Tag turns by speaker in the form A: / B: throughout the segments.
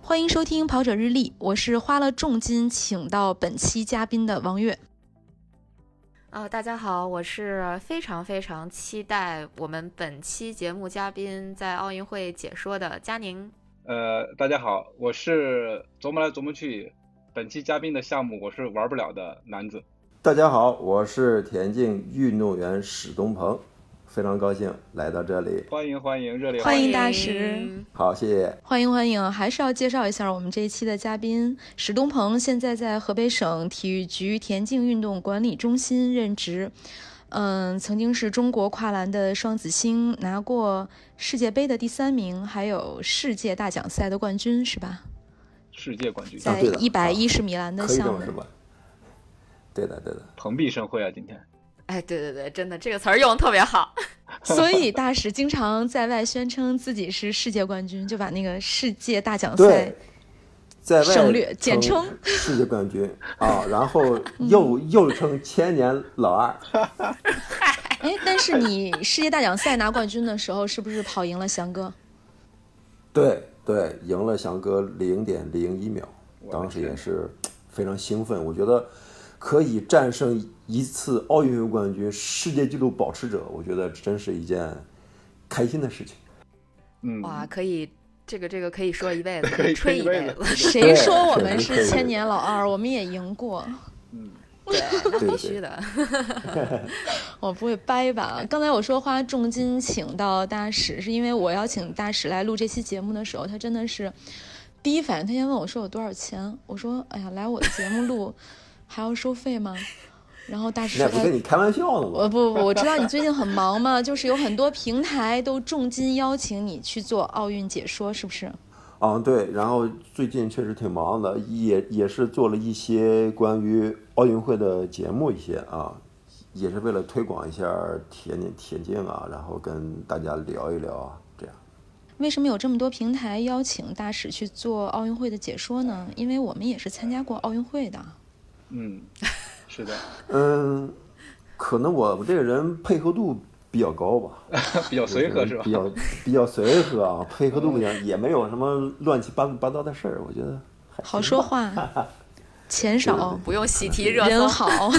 A: 欢迎收听《跑者日历》，我是花了重金请到本期嘉宾的王悦。
B: 啊、大家好，我是非常非常期待我们本期节目嘉宾在奥运会解说的佳宁。
C: 呃，大家好，我是琢磨来琢磨去，本期嘉宾的项目我是玩不了的男子。
D: 大家好，我是田径运动员史东鹏，非常高兴来到这里。
C: 欢迎欢迎，热烈
A: 欢
C: 迎！
A: 迎大使
D: 好，谢谢。
A: 欢迎欢迎，还是要介绍一下我们这一期的嘉宾史东鹏，现在在河北省体育局田径运动管理中心任职。嗯，曾经是中国跨栏的双子星，拿过世界杯的第三名，还有世界大奖赛的冠军，是吧？
C: 世界冠军，
A: 在
D: 啊对的
A: 一百一十米栏的
D: 可以这
A: 项目
D: 么，说。对的，对的。
C: 蓬荜生辉啊！今天
B: 哎，对对对，真的这个词儿用的特别好。
A: 所以大使经常在外宣称自己是世界冠军，就把那个世界大奖赛
D: 对，在外
A: 省略简称嗯
D: 世界冠军 啊，然后又又称千年老二。
A: 哎，但是你世界大奖赛拿冠军的时候，是不是跑赢了翔哥？
D: 对对，赢了翔哥零点零一秒，
C: 我的
D: 当时
C: 天
D: 也是非常兴奋。我觉得可以战胜一次奥运会冠军、世界纪录保持者，我觉得真是一件开心的事情。
C: 嗯，
B: 哇，可以，这个这个可以说一辈
C: 可
B: 子，吹
C: 以吹一辈
B: 辈
C: 子
B: 子。
A: 谁
D: 对
A: 说我
D: 确
A: 们
D: 实
A: 是
D: 是
A: 千年老二？我们也赢过，
B: 对，那
D: 对
B: 必
D: 对
B: 须的。
A: 我不会掰吧？刚才我说花重金请到大使，是因为我邀请大使来录这期节目的时候，他真的是第一反应，他先问我说有多少钱，我说哎呀，来我的节目录还要收费吗？然后大使
D: 那
A: 说
D: 不
A: 他
D: 跟你开玩笑呢
A: 我
D: 吗？
A: 不不，我知道你最近很忙嘛，就是有很多平台都重金邀请你去做奥运解说，是不是？
D: 啊，对，然后最近确实挺忙的，也也是做了一些关于奥运会的节目一些啊，也是为了推广一下田田径啊，然后跟大家聊一聊啊，这样。
A: 为什么有这么多平台邀请大使去做奥运会的解说呢？因为我们也是参加过奥运会的。
C: 嗯，是的，
D: 嗯，可能我我这个人配合度比较高吧，
C: 比较随和是吧
D: 比？较比较随和啊，配合度也也没有什么乱七八八糟的事儿，我觉得还
A: 好
D: 行
A: 说
D: 吧。
A: 话，钱 少，
B: 不用喜提热
A: 人
B: 搜。
A: 好。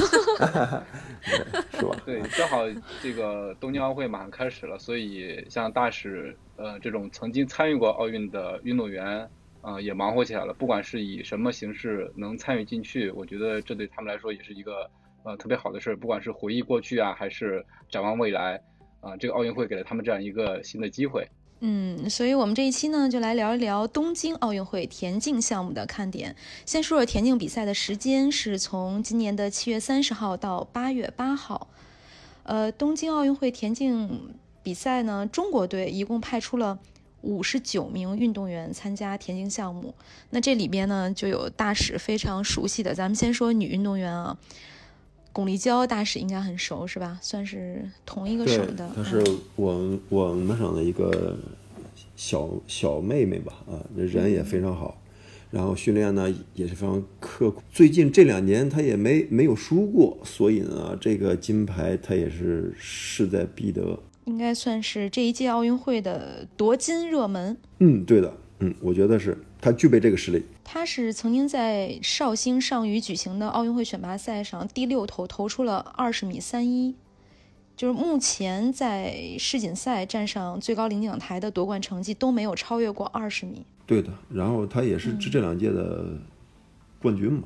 D: 是吧？
C: 对，正好这个东京奥运会马上开始了，所以像大使呃这种曾经参与过奥运的运动员，啊、也忙活起来了。不管是以什么形式能参与进去，我觉得这对他们来说也是一个呃特别好的事儿。不管是回忆过去啊，还是展望未来，啊、这个奥运会给了他们这样一个新的机会。
A: 嗯，所以我们这一期呢，就来聊一聊东京奥运会田径项目的看点。先说说田径比赛的时间，是从今年的七月三十号到八月八号。呃，东京奥运会田径比赛呢，中国队一共派出了五十九名运动员参加田径项目。那这里边呢，就有大使非常熟悉的，咱们先说女运动员啊，巩立姣大使应该很熟是吧？算是同一个
D: 对
A: 省的，，
D: 她
A: 嗯
D: 是我们我们省的一个小小妹妹吧，啊，人
A: 嗯
D: 也非常好，然后训练呢也是非常刻苦。最近这两年她也没没有输过，所以呢，这个金牌她也是势在必得。
A: 应该算是这一届奥运会的夺金热门。
D: 嗯，对的，嗯，我觉得是她具备这个实力。
A: 他是曾经在绍兴上虞举行的奥运会选拔赛上第六投投出了二十米三一，就是目前在世锦赛站上最高领奖台的夺冠成绩都没有超越过二十米。
D: 对的，然后他也是这这两届的冠军嘛。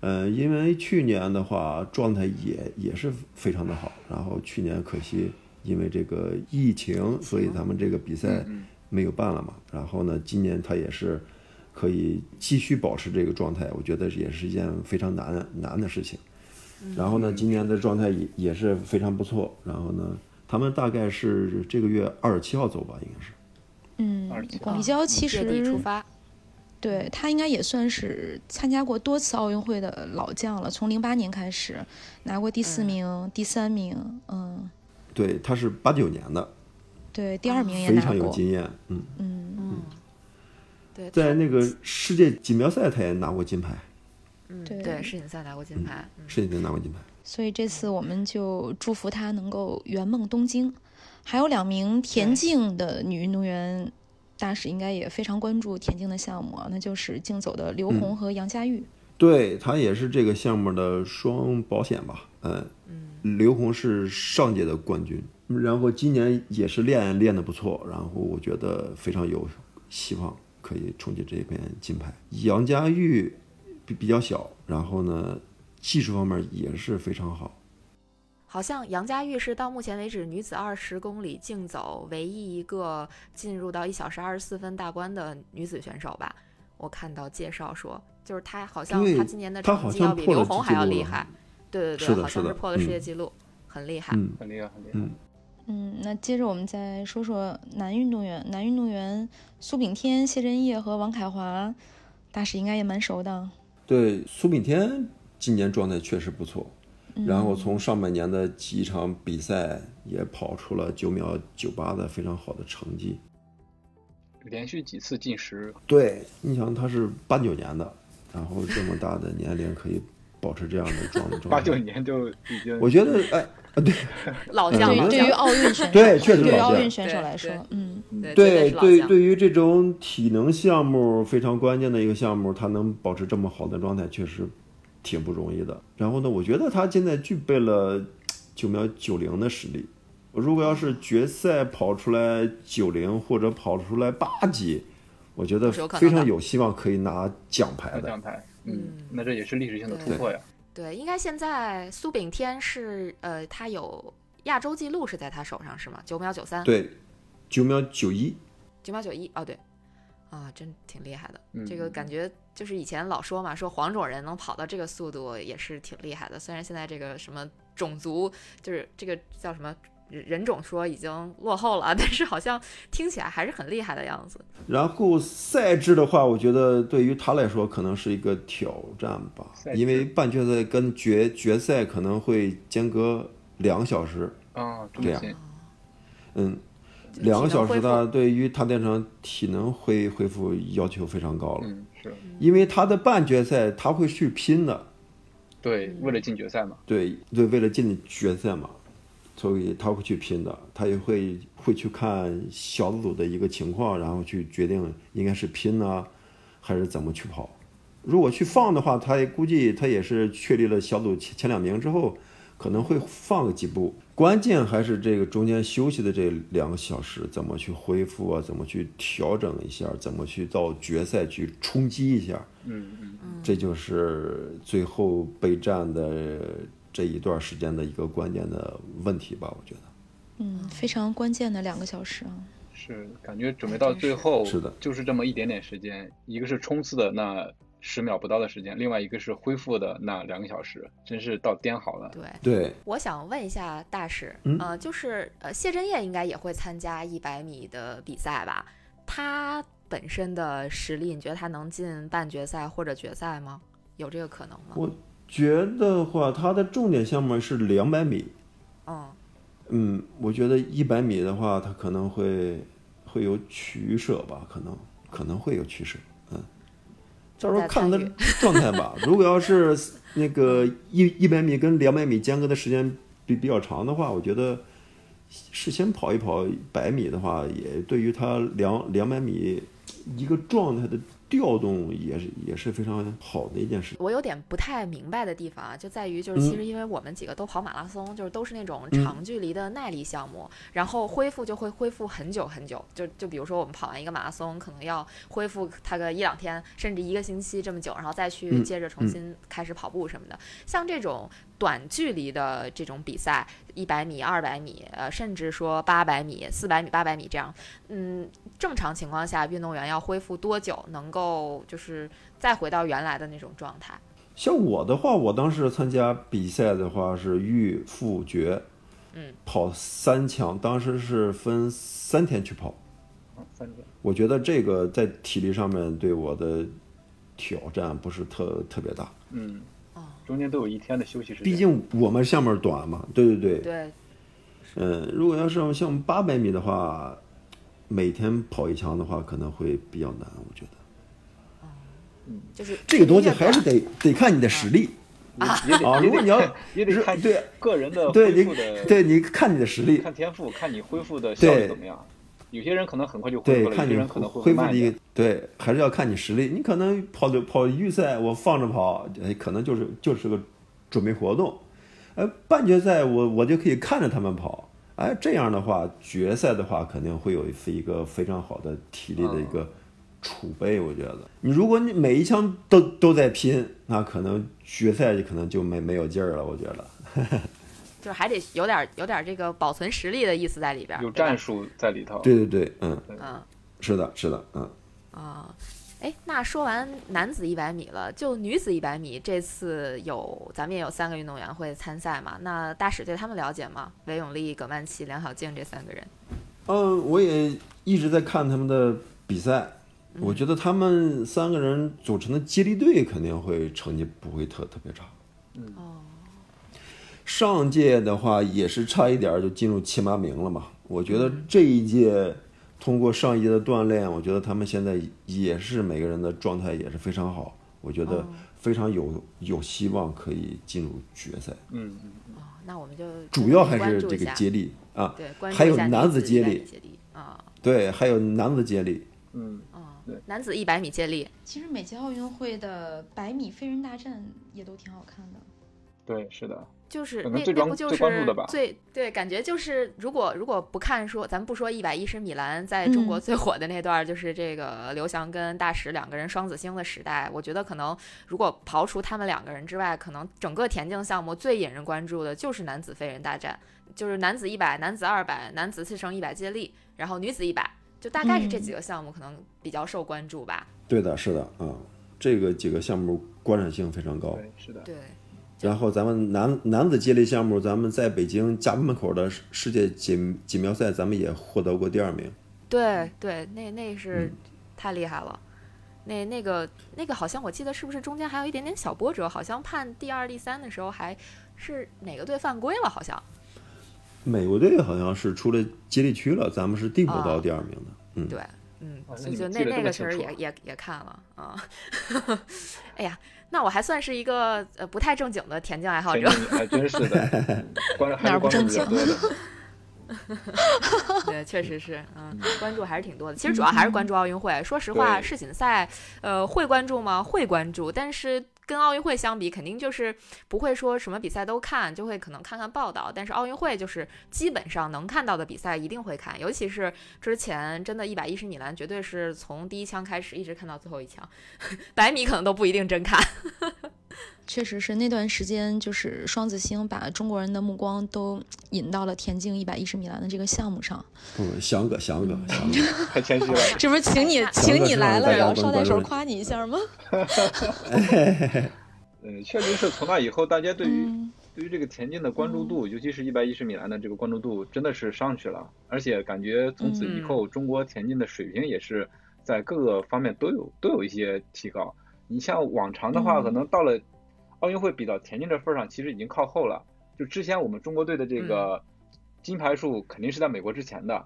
D: 嗯、因为去年的话状态也也是非常的好，然后去年可惜因为这个疫情，嗯所以咱们这个比赛没有办了嘛。然后呢，今年他也是可以继续保持这个状态，我觉得也是一件非常难难的事情。然后呢，今年的状态也也是非常不错。然后呢，他们大概是这个月二十七号走吧，应该是。
A: 嗯
C: 27，
D: 啊
A: 巩立姣其
B: 月底
A: 实
B: 出发，
A: 对她应该也算是参加过多次奥运会的老将了，从零八年开始拿过第
D: 嗯
A: 四名、第三名，嗯，
D: 对，他是八九年的，
A: 对，第二名也
D: 啊非
A: 拿
D: 常有
A: 过，
D: 经验。嗯，
A: 嗯。
B: 嗯，对，
D: 在那个世界锦标赛他也拿过金牌，
B: 嗯
A: 对
B: 对世锦赛拿过金牌，嗯
D: 世锦赛拿过金牌。
A: 所以这次我们就祝福她能够圆梦东京。还有两名田径的女运动员大使应该也非常关注田径的项目啊，那就是竞走的刘
D: 嗯
A: 虹和杨佳玉。
D: 对他也是这个项目的双保险吧，嗯，刘虹是上届的冠军，嗯然后今年也是练练得不错，然后我觉得非常有希望可以冲击这边金牌。杨佳玉比比较小，然后呢技术方面也是非常好，
B: 好像杨佳玉是到目前为止女子二十公里竞走唯一一个进入到一小时二十四分大关的女子选手吧？我看到介绍说，就是她好像
D: 对
B: 她今年的
D: 她
B: 成
D: 好
B: 绩
D: 像
B: 要比
D: 破了
B: 刘虹
D: 纪
B: 还要
D: 录
B: 厉
D: 了
B: 害。对对对，
D: 是的
B: 好
D: 是
B: 像
D: 的
B: 是破了世界
D: 嗯
B: 纪录，很厉害。
D: 嗯
C: 很厉害，很厉害。
D: 嗯，
A: 嗯，那接着我们再说说男运动员，男运动员苏炳添、谢震业和王凯华，大使应该也蛮熟的。
D: 对，苏炳添今年状态确实不错，
A: 嗯、
D: 然后从上半年的几场比赛也跑出了九秒九八的非常好的成绩。
C: 连续几次进十，
D: 对，你想他是八九年的，然后这么大的年龄可以保持这样的状状态，
C: 八九，年就已经
D: 我觉得哎啊对
B: 老
D: 嗯
B: 将，
D: 我
B: 老
D: 们
A: 对，对于奥运选手，
B: 将，
D: 对确实
A: 对于
D: 老
A: 奥
D: 将
A: 运选手
B: 对
A: 来说
B: 对，
A: 嗯，
B: 对，真的
D: 对
B: 是老
D: 对，
B: 将。
D: 对于这种体能项目非常关键的一个项目，他能保持这么好的状态，确实挺不容易的。然后呢，我觉得他现在具备了九秒九零的实力。如果要是决赛跑出来九零或者跑出来八级，我觉得
B: 是有可能的
D: 非常有希望可以拿奖牌
C: 拿
D: 的。
C: 奖牌，
B: 嗯
C: 嗯，那这也是历史性的突
B: 对
C: 破呀。
B: 对，应该现在苏炳添是呃，他有亚洲纪录是在他手上是吗？九秒九三，
D: 对，九秒九一，
B: 九秒九一，哦对，啊，真挺厉害的。
C: 嗯
B: 这个感觉就是以前老说嘛，说黄种人能跑到这个速度也是挺厉害的。虽然现在这个什么种族，就是这个叫什么人人种说已经落后了， 但是好像听起来还是很厉害的样子。
D: 然后赛制的话，我觉得对于他来说可能是一个挑战吧
C: 赛，制
D: 因为半决赛跟决决赛可能会间隔两小时，
C: 啊，这
D: 对
C: 么
D: 呀
C: 近，
D: 嗯，
B: 就
D: 两个
B: 体能
D: 小时
B: 恢
D: 呢，对于他变成体能恢恢复要求非常高了，
C: 嗯，是
D: 因为他的半决赛他会去拼的，
C: 对，为了进决赛嘛，
D: 对对，为了进决赛嘛，所以他会去拼的，他也会会去看小组的一个情况，然后去决定应该是拼呢、还是怎么去跑。如果去放的话，他也估计他也是确立了小组前前两名之后，可能会放个几步。关键还是这个中间休息的这两个小时怎么去恢复啊，怎么去调整一下，怎么去到决赛去冲击一下。
C: 嗯嗯，
D: 这就是最后备战的这一段时间的一个关键的问题吧，我觉得。
A: 嗯，非常关键的两个小时啊。
C: 是感觉准
B: 还
C: 备到
B: 真
C: 最
B: 是
C: 后，
D: 是的
C: 就是这么一点点时间，一个是冲刺的那十秒不到的时间，另外一个是恢复的那两个小时，真是到颠好了
B: 复。对，
D: 对，
B: 我想问一下大使，
D: 嗯
B: 呃，就是呃，谢震业应该也会参加一百米的比赛吧？他本身的实力，你觉得他能进半决赛或者决赛吗？有这个可能吗？
D: 我觉得话，它的重点项目是两百米。
B: 嗯
D: 嗯，我觉得一百米的话，它可能会会有取舍吧，可能可能会有取舍。嗯，到时候看他
B: 就在
D: 状态吧。如果要是那个一一百米跟两百米间隔的时间比比较长的话，我觉得事先跑一跑百米的话，也对于他两两百米一个状态的调动也是也是非常好的一件事。
B: 我有点不太明白的地方啊，就在于就是
D: 嗯
B: 其实因为我们几个都跑马拉松，就是都是那种长距离的耐力项目，然后恢复就会恢复很久很久。就就比如说我们跑完一个马拉松，可能要恢复它个一两天，甚至一个星期这么久，然后再去
D: 嗯
B: 接着重新开始跑步什么的。像这种短距离的这种比赛，一百米、二百米，呃，甚至说八百米、四百米、八百米这样，嗯，正常情况下运动员要恢复多久能够就是再回到原来的那种状态？
D: 像我的话，我当时参加比赛的话是预复决，
B: 嗯，
D: 跑三强，当时是分三天去跑。
C: 嗯三个，
D: 我觉得这个在体力上面对我的挑战不是特特别大，
C: 嗯
B: 哦，
C: 中间都有一天的休息时间。
D: 毕竟我们项目短嘛。对对对，
B: 对，
D: 嗯，如果要是像八百米的话，每天跑一强的话可能会比较难，我觉得
B: 就是
D: 这个东西还是得得看你的实力
C: 也得
D: 啊。
C: 也
D: 如果
C: 得
D: 你要
C: 也得
D: 如
C: 看
D: 对
C: 个人的
D: 对
C: 恢
D: 你
C: 复的，
D: 对你看你的实力，
C: 看天赋，看你恢复的效率
D: 对
C: 怎么样。有些人可能很快就恢
D: 对
C: 复，了，有
D: 看
C: 些
D: 你
C: 人可能
D: 恢
C: 会
D: 复
C: 慢一
D: 力
C: 点。，
D: 对，还是要看你实力。你可能跑就跑预赛，我放着跑，哎，可能就是就是个准备活动。哎，半决赛我我就可以看着他们跑。哎，这样的话，决赛的话肯定会有一一个非常好的体力的一
C: 嗯
D: 个储备。我觉得，你如果你每一枪都都在拼，那可能决赛可能就没没有劲儿了。我觉得，
B: 就是还得有点有点这个保存实力的意思在里边儿，
C: 有
B: 对吧
C: 战术在里头。
D: 对对对，嗯，
B: 嗯
D: 是的，是的，嗯。
B: 啊。哎，那说完男子一百米了，就女子一百米，这次有咱们也有三个运动员会参赛嘛？那大使对他们了解吗？韦永利、葛曼棋、梁晓静这三个人，
D: 嗯，我也一直在看他们的比赛，
B: 嗯
D: 我觉得他们三个人组成的接力队肯定会成绩不会特特别差。
B: 哦，
D: 上届的话也是差一点儿就进入前八名了嘛，我觉
B: 嗯
D: 得这一届通过上一届的锻炼，我觉得他们现在也是每个人的状态也是非常好，我觉
B: 哦
D: 得非常有有希望可以进入决赛。
C: 嗯，嗯
B: 哦那我们就
D: 主要还
B: 关
D: 是
B: 注
D: 这
B: 一
D: 个
B: 下
D: 接力啊，
B: 对，关注
D: 还
B: 一
D: 有
B: 下女
D: 男子接
B: 100米
D: 力
B: 接力啊
D: 对，还有男子接力，
C: 嗯，
B: 啊
C: 对，
B: 男子一百米接力，
A: 其实每届奥运会的百米飞人大战也都挺好看的。
C: 对，是的，
B: 就是
C: 可能
B: 那
C: 最
B: 那
C: 关
B: 不就
C: 最
B: 是
C: 关注的吧
B: 最对，感觉就是如果如果不看说，咱不说一百一十米栏在中国
A: 嗯
B: 最火的那段儿，就是这个刘翔跟大石两个人双子星的时代，我觉得可能如果刨除他们两个人之外，可能整个田径项目最引人关注的就是男子飞人大战，就是男子一百、男子二百、男子四乘一百接力，然后女子一百，就大概是这
A: 嗯
B: 几个项目可能比较受关注吧。
D: 对的，是的，啊，这个几个项目观赏性非常高。
C: 对，是的，
B: 对，
D: 然后咱们男男子接力项目，咱们在北京家门口的世世界锦锦标赛，咱们也获得过第二名。
C: 嗯
B: 对对，那那是太厉害了。那那个那个好像我记得是不是中间还有一点点小波折？好像判第二、第三的时候还是哪个队犯规了？好像
D: 美国队好像是出了接力区了，咱们是第五道
B: 啊
D: 第二名的。嗯，
B: 对，嗯，
C: 哦哇那
B: 所以
C: 你
B: 就
C: 们
B: 那
C: 记得
B: 那
C: 这
B: 个
C: 么
B: 其
C: 清
B: 实
C: 楚
B: 也
C: 啊
B: 也也看了啊。 哎呀，那我还算是一个呃不太正经的田径爱好
C: 田
B: 者
C: 径，还哎真是 的，嗯关还
A: 哪
C: 是
A: 儿不
C: 关注
A: 正
C: 比较
A: 经
C: 多的。
B: 对，确实是，嗯，关注还是挺多的。其实主要还是关注奥运会。说实话，
C: 嗯对
B: 世锦赛，呃，会关注吗？会关注，但是跟奥运会相比，肯定就是不会说什么比赛都看，就会可能看看报道。但是奥运会就是基本上能看到的比赛一定会看，尤其是之前真的一百一十米栏，绝对是从第一枪开始一直看到最后一枪， 百米可能都不一定真看。
A: 确实是那段时间，就是双子星把中国人的目光都引到了田径一百一十米栏的这个项目上。
D: 不不，翔哥，翔哥，翔哥，
C: 太谦虚了，
A: 这不是请你
B: 强
A: 请你来了，
D: 大家
A: 然后
D: 关
A: 捎带手
D: 关注
A: 夸你一下吗？
C: 嗯，确实是从那以后，大家对于
A: 嗯，
C: 对于这个田径的关注度，尤其是一百一十米栏的这个关注度，真的是上去了，而且感觉从此以
A: 嗯
C: 后，中国田径的水平也是在各个方面都有都有一些提高。你像往常的话，
A: 嗯
C: 可能到了奥运会比到田径这份儿上，其实已经靠后了。就之前我们中国队的这
A: 嗯
C: 个金牌数肯定是在美国之前的，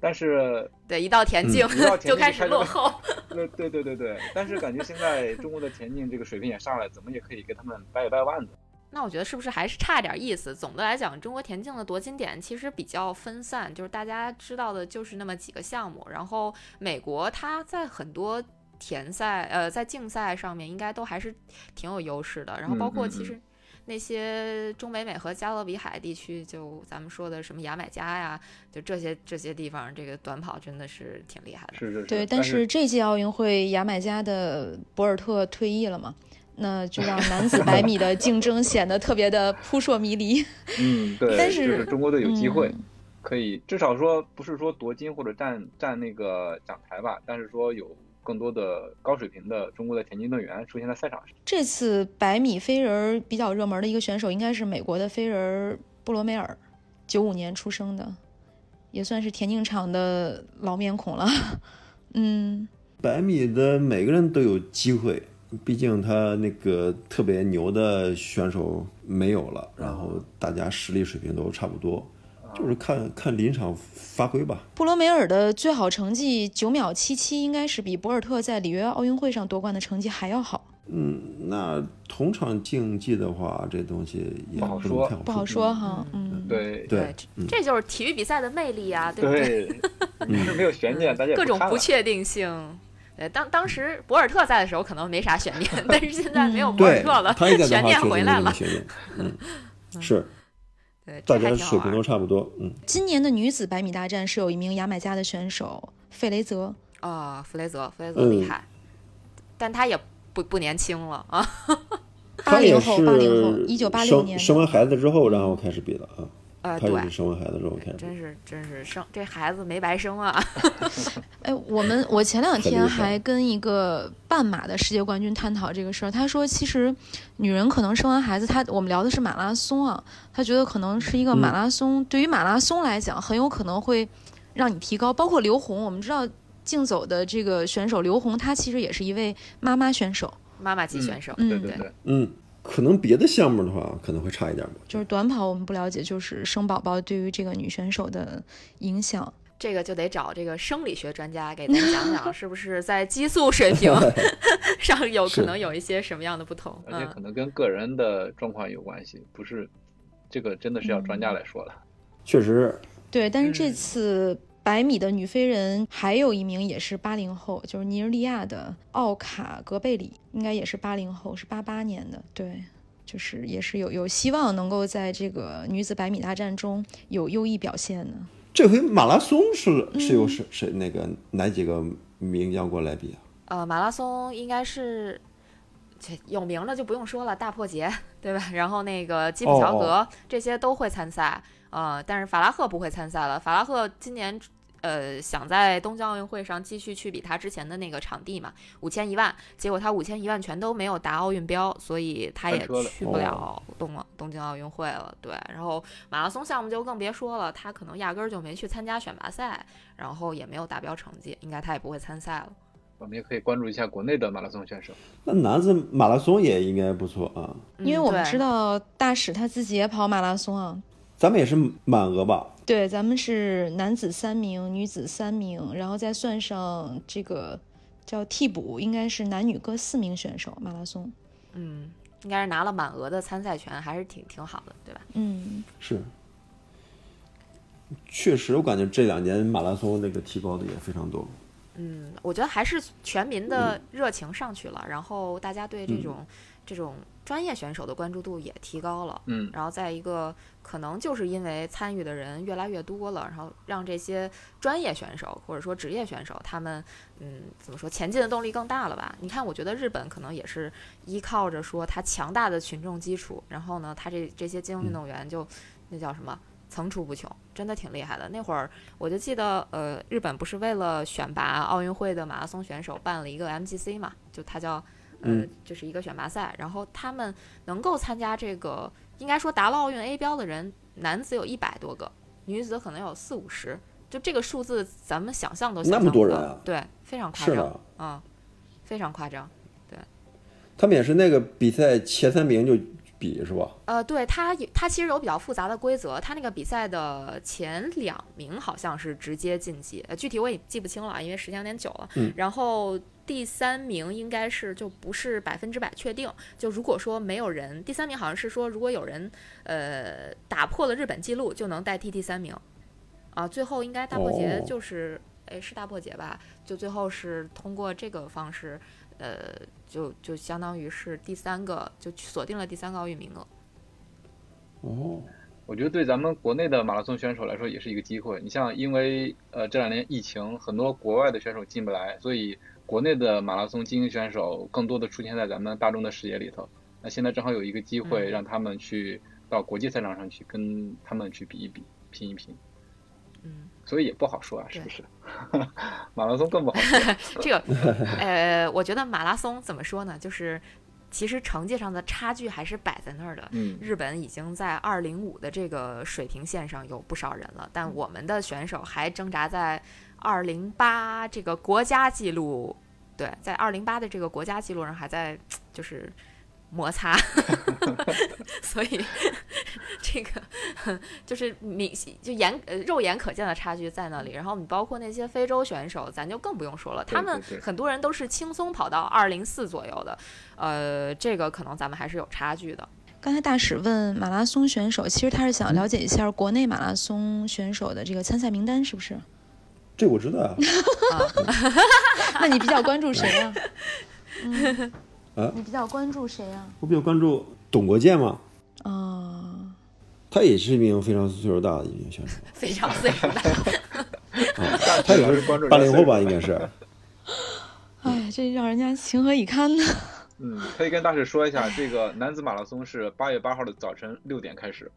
C: 但是
B: 对，一到田径、
C: 嗯一到
B: 就
C: 田径
B: 开
C: 开
B: 始
C: 始
B: 落
C: 慢
B: 后。
C: 对对对对对，但是感觉现在中国的田径这个水平也上来，怎么也可以跟他们掰一掰腕子。
B: 那我觉得是不是还是差点意思？总的来讲，中国田径的夺金点其实比较分散，就是大家知道的就是那么几个项目。然后美国它在很多田赛，呃，在竞赛上面应该都还是挺有优势的。然后包括
C: 嗯嗯
B: 其
C: 嗯
B: 实那些中北美和加勒比海地区，就咱们说的什么牙买加呀，就这些这些地方，这个短跑真的是挺厉害的。
C: 是是是。
A: 对，但
C: 但
A: 是这届奥运会牙买加的博尔特退役了嘛，那就让男子百米的竞争显得特别的扑朔迷离。
C: 嗯，对，
A: 但
C: 就是中国队有机会，
A: 嗯
C: 可以至少说不是说夺金或者占占那个奖牌吧，但是说有更多的高水平的中国的田径运动员出现在赛场上。
A: 这次百米飞人儿比较热门的一个选手应该是美国的飞人儿布罗梅尔，九五年出生的，也算是田径场的老面孔了。 嗯，
D: 百米的每个人都有机会，毕竟他那个特别牛的选手没有了，然后大家实力水平都差不多，就是看看临场发挥吧。
A: 布罗梅尔的最好成绩九秒七七，应该是比博尔特在里约奥运会上夺冠的成绩还要好。
D: 嗯，那同场竞技的话，这东西也
C: 不好
D: 不能
C: 说
D: 太好
A: 不好说哈，嗯，
C: 对
D: 对，
B: 这这就是体育比赛的魅力啊，对不对？
C: 对， 嗯你是没有悬念，大家也
B: 嗯各种
C: 看
B: 不
C: 了
B: 确定性。对，当当时博尔特在的时候可能没啥悬 念，但是现在没有博尔
D: 嗯对
B: 特了，
D: 他一在的
B: 悬
D: 话
B: 念
D: 确实
B: 回
D: 没
B: 来
D: 那么
B: 了。
D: 悬念，嗯，是
B: 对，这
D: 大
B: 还
D: 家
B: 挺好玩
D: 水平
B: 儿
D: 都。差不多，嗯，
A: 今年的女子百米大战是有一名牙买加的选手费雷泽，
B: 啊、弗雷泽，弗雷泽厉
D: 嗯
B: 害，但他也不不年轻了啊。
A: 八
D: 他也
A: 零后，
D: 是
A: 八零后，一九八六
D: 生
A: 年的
D: 生完孩子之后，然后开始比的啊，
B: 呃，
D: 他也
B: 对
D: 是，生完孩子之后开始比
B: 真是真是生这孩子没白生啊。
A: 哎，我们我前两
D: 很
A: 天
D: 厉害
A: 还跟一个半马的世界冠军探讨这个事儿，他说其实女人可能生完孩子，她我们聊的是马拉松啊，他觉得可能是一个马
D: 嗯
A: 拉松，对于马拉松来讲，很有可能会让你提高，包括刘虹，我们知道竞走的这个选手刘虹，她其实也是一位妈妈选手，
B: 妈妈级
C: 嗯
B: 选手，
A: 嗯
C: 对对对，
D: 嗯，可能别的项目的话可能会差一点吧，
A: 就是短跑我们不了解，就是生宝宝对于这个女选手的影响，
B: 这个就得找这个生理学专家给咱们讲 讲，是不是在激素水平上有可
D: 是
B: 能有一些什么样的不同？
C: 而且
B: 嗯
C: 可，能跟个人的状况有关系，不是这个真的是要专家来说了。
D: 确实
A: 对，但是这
B: 嗯
A: 次百米的女飞人还有一名也是八零后，就是尼日利亚的奥卡格贝里，应该也是八零后，是八八年的，对。就是也是有有希望能够在这个女子百米大战中有优异表现的。
D: 这回马拉松是
A: 嗯
D: 是由谁谁那个哪几个名将过来比啊？
B: 呃，马拉松应该是。这有名的就不用说了，大破节， 对吧？然后那个基普
C: 哦
B: 乔格、这些都会参赛，呃，但是法拉赫不会参赛了。法拉赫今年呃想在东京奥运会上继续去比他之前的那个场地嘛，五千一万，结果他五千一万全都没有达奥运标，所以他也
C: 翻车了哦
B: 去不了东了东京奥运会了。对，然后马拉松项目就更别说了，他可能压根儿就没去参加选拔赛，然后也没有达标成绩，应该他也不会参赛了。
C: 我们也可以关注一下国内的马拉松选手，
D: 那男子马拉松也应该不错啊，
A: 因为我们
B: 嗯对
A: 知道大使他自己也跑马拉松啊。
D: 咱们也是满额吧？
A: 对，咱们是男子三名，女子三名，然后再算上这个叫替补，应该是男女各四名选手马拉松。
B: 嗯，应该是拿了满额的参赛权，还是挺挺好的，对吧？
A: 嗯，
D: 是，确实我感觉这两年马拉松那个提高的也非常多。
B: 嗯，我觉得还是全民
A: 嗯
B: 的热情上去了，然后大家对这种、这种专业选手的关注度也提高了。
C: 嗯，
B: 然后再一个，可能就是因为参与的人越来越多了，然后让这些专业选手或者说职业选手，他们嗯怎么说前进的动力更大了吧？你看，我觉得日本可能也是依靠着说它强大的群众基础，然后呢，它这这些精英运动员就、那叫什么？层出不穷，真的挺厉害的。那会儿我就记得，呃，日本不是为了选拔奥运会的马拉松选手办了一个 MGC 嘛，就它叫，呃
D: 嗯，
B: 就是一个选拔赛。然后他们能够参加这个应该说达到奥运 A 标的人，男子有一百多个，女子可能有四五十，就这个数字，咱们想象都想象
D: 那么多
B: 不到
D: 人啊
B: 对，非常夸
D: 是
B: 张，
D: 的，
B: 嗯，非常夸张。
D: 他们也是那个比赛前三名就比是吧？
B: 呃，对它有它其实有比较复杂的规则，它那个比赛的前两名好像是直接晋级，呃，具体我也记不清了，因为时间有点久了。
D: 嗯
B: 然后第三名应该是就不是百分之百确定，就如果说没有人，第三名好像是说如果有人呃打破了日本纪录，就能代替第三名。啊，最后应该大破节
D: 哦
B: 就是，哎、是大破节吧？就最后是通过这个方式，呃，就就相当于是第三个，就锁定了第三个奥运名额。
D: 哦，
C: 我觉得对咱们国内的马拉松选手来说也是一个机会。你像，因为呃这两年疫情，很多国外的选手进不来，所以国内的马拉松精英选手更多的出现在咱们大众的视野里头。那现在正好有一个机会，
B: 嗯
C: 让他们去到国际赛场上去跟他们去比一比、拼一拼，
B: 嗯，
C: 所以也不好说啊，是
B: 对
C: 不是？ 马拉松更不好 说。
B: 这个呃，我觉得马拉松怎么说呢？就是其实成绩上的差距还是摆在那儿的。
C: 嗯，
B: 日本已经在二零五的这个水平线上有不少人了，
C: 嗯
B: 但我们的选手还挣扎在二零八这个国家纪录，对，在二零八的这个国家纪录上 还在就是摩擦，所以这 这个就是明就眼呃肉眼可见的差距在那里。然后你包括那些非洲选手，咱就更不用说了，
C: 对
B: 他们
C: 对对
B: 很多人都是轻松跑到二零四左右的，呃，这个可能咱们还是有差距的。
A: 刚才大使问马拉松选手，其实他是想了解一下国内马拉松选手的这个参赛名单，是不是？
D: 这我知道啊，
A: 那你比较关注谁 呀、
D: 啊
A: 嗯，你比较关注谁呀、
D: 我比较关注董国建嘛，
A: 啊？
D: 嗯他也是一名非常岁数大的一名选手，
B: 非常岁数大，
D: 他也
C: 主要是
D: 是
C: 关注人
D: 八零后
C: 岁数
D: 吧，应该是。
A: 哎，这让人家情何以堪呢。
C: 嗯，可以跟大使说一下，这个男子马拉松是八月八号的早晨六点开始，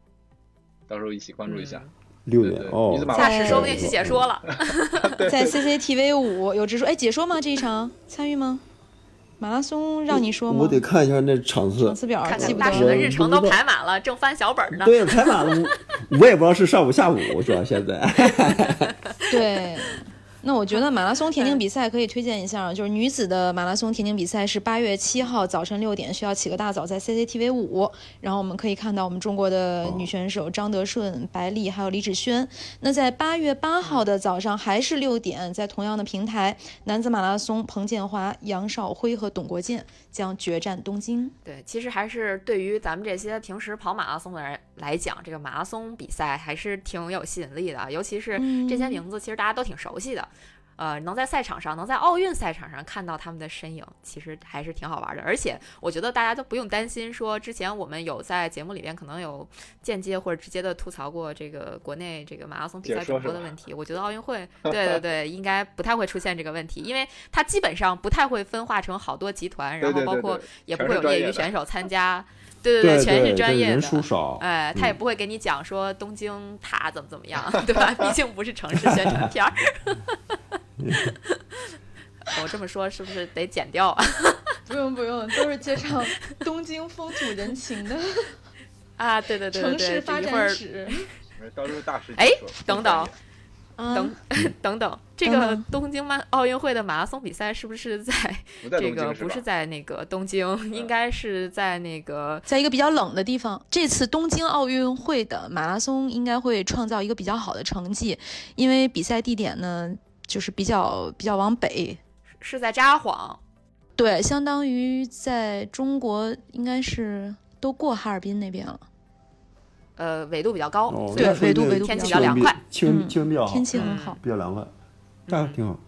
C: 到时候一起关注一下。
B: 嗯
D: 六
C: 对
D: 年
C: 对
D: 哦
C: 女子，马
B: 下
C: 拉
B: 次
A: 哎
B: 说不定去解说了。
A: 在 CCTV 五有直说，哎，解说吗？这一场参与吗？马拉松让你说吗？
D: 我得看一下那场次
A: 场，次表
B: 看
A: 记
B: 看
A: 不
B: 大
A: 得
B: 使的
A: 了。
B: 日程都排满了，正翻小本儿呢。
D: 对，排满了，我也不知道是上午下午，我主要现在。
A: 对。那我觉得马拉松田径比赛可以推荐一下，啊就是女子的马拉松田径比赛是八月七号早晨六点，需要起个大早，在 CCTV 五。然后我们可以看到我们中国的女选手张德顺、白丽还有李芷萱。那在八月八号的早上还是六点，在同样的平台，男子马拉松彭建华、杨少辉和董国建将决战东京。
B: 对，其实还是对于咱们这些平时跑马拉松的人来讲，这个马拉松比赛还是挺有吸引力的，尤其是这些
A: 嗯
B: 名字，其实大家都挺熟悉的。呃，能在赛场上，能在奥运赛场上看到他们的身影，其实还是挺好玩的。而且我觉得大家都不用担心说，之前我们有在节目里边可能有间接或者直接的吐槽过这个国内这个马拉松比
C: 解
B: 赛
C: 说
B: 转
C: 是
B: 播的
C: 吧
B: 问题。我觉得奥运会，对对对，应该不太会出现这个问题，因为它基本上不太会分化成好多集 团，然
C: 对
B: 后
C: 对
B: 包
C: 对
B: 括
C: 对，
B: 也不
C: 全
B: 会
C: 是
B: 有
C: 专
B: 业
C: 业
B: 余
C: 的
B: 选手参加，对
D: 对
B: 对，全
D: 对，
B: 是专业
D: 人数
B: 的。
D: 少，嗯
B: 哎，他也不会给你讲说东京塔怎么怎么样， 对吧？毕竟不是城市宣传片儿。 我这么说是不是得剪掉啊？
A: 不用不用，都是介绍东京风土人情的
B: 啊，对对对对对，这一会儿
A: 史。
C: 到时候大使解
B: 哎
C: 说
B: 等等，
A: 等
B: 等等，这
A: 等
B: 个
A: 等
B: 东京马奥运会的马拉松比赛是不是在
C: 不 在
B: 这
C: 东
B: 个
C: 京是
B: 不
C: 吧嗯
B: 是？在那个东京，应该是在那个
A: 在一个比较冷的地方，这次东京奥运会的马拉松应该会创造一个比较好的成绩，因为比赛地点呢就是比较比较往北，
B: 是在札幌，
A: 对，相当于在中国应该是都过哈尔滨那边了，
B: 呃，纬度比较高，
D: 哦
B: 所以
A: 对
D: 那说
A: 纬度
D: 明
A: 纬度
B: 天气
A: 比
B: 比
A: 较
B: 较
A: 冷
B: 凉快，
D: 气温
A: 嗯
D: 气温比较好，
A: 天气很
B: 嗯
A: 好。
D: 比较凉快，
C: 啊
D: 但是挺好。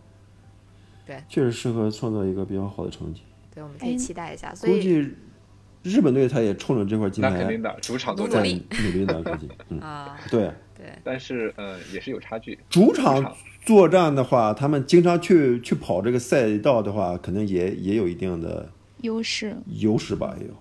B: 对，
D: 确实适合创造一个比较好的成绩。
B: 对，我们可以
A: 哎
B: 期待一下。所
D: 估
B: 以
D: 计日本队他也冲着这块金
C: 那肯
D: 牌
C: 定的，主场都
B: 努
D: 在
C: 在，
B: 力
D: 努力拿冠军。嗯，
B: 啊，
D: 对，
B: 对，
C: 但是呃也是有差距。
D: 主
C: 场
D: 场作战的话，他们经常去去跑这个赛道的话，可能也也有一定的
B: 嗯
A: 优势，
D: 优势吧，也有，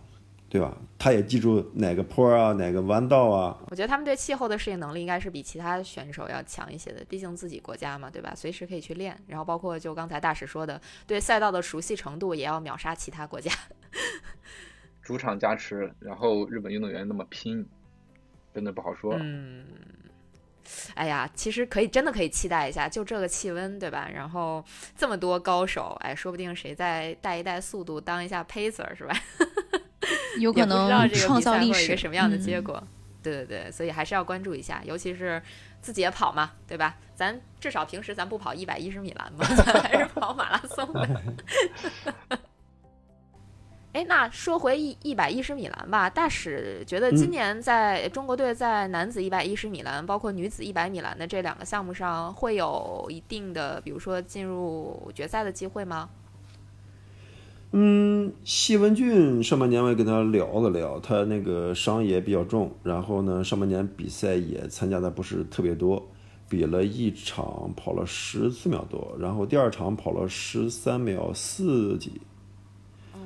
D: 对吧？他也记住哪个坡啊，哪个弯道啊，
B: 我觉得他们对气候的适应能力应该是比其他选手要强一些的，毕竟自己国家嘛，对吧？随时可以去练，然后包括就刚才大使说的，对赛道的熟悉程度也要秒杀其他国家。
C: 主场加持，然后日本运动员那么拼，真的不好说。
B: 嗯，哎呀，其实可以真的可以期待一下，就这个气温，对吧？然后这么多高手，哎，说不定谁再带一带速度，当一下 pacer 是吧？
A: 有
B: 也
A: 可
B: 不知道
A: 能
B: 这个
A: 创
B: 比
A: 造
B: 赛会
A: 历
B: 有一
A: 史
B: 个什么样的结
A: 嗯
B: 果。对对对，所以还是要关注一下，尤其是自己也跑嘛，对吧？咱至少平时咱不跑一百一十米栏嘛，咱还是跑马拉松的。哎，那说回一一百一十米栏吧，大使觉得今
D: 嗯
B: 年在中国队在男子一百一十米栏，包括女子一百米栏的这两个项目上，会有一定的，比如说进入决赛的机会吗？
D: 嗯，谢文俊上半年我也跟他聊了聊，他那个伤也比较重，然后呢，上半年比赛也参加的不是特别多，比了一场跑了十四秒多，然后第二场跑了十三秒四几。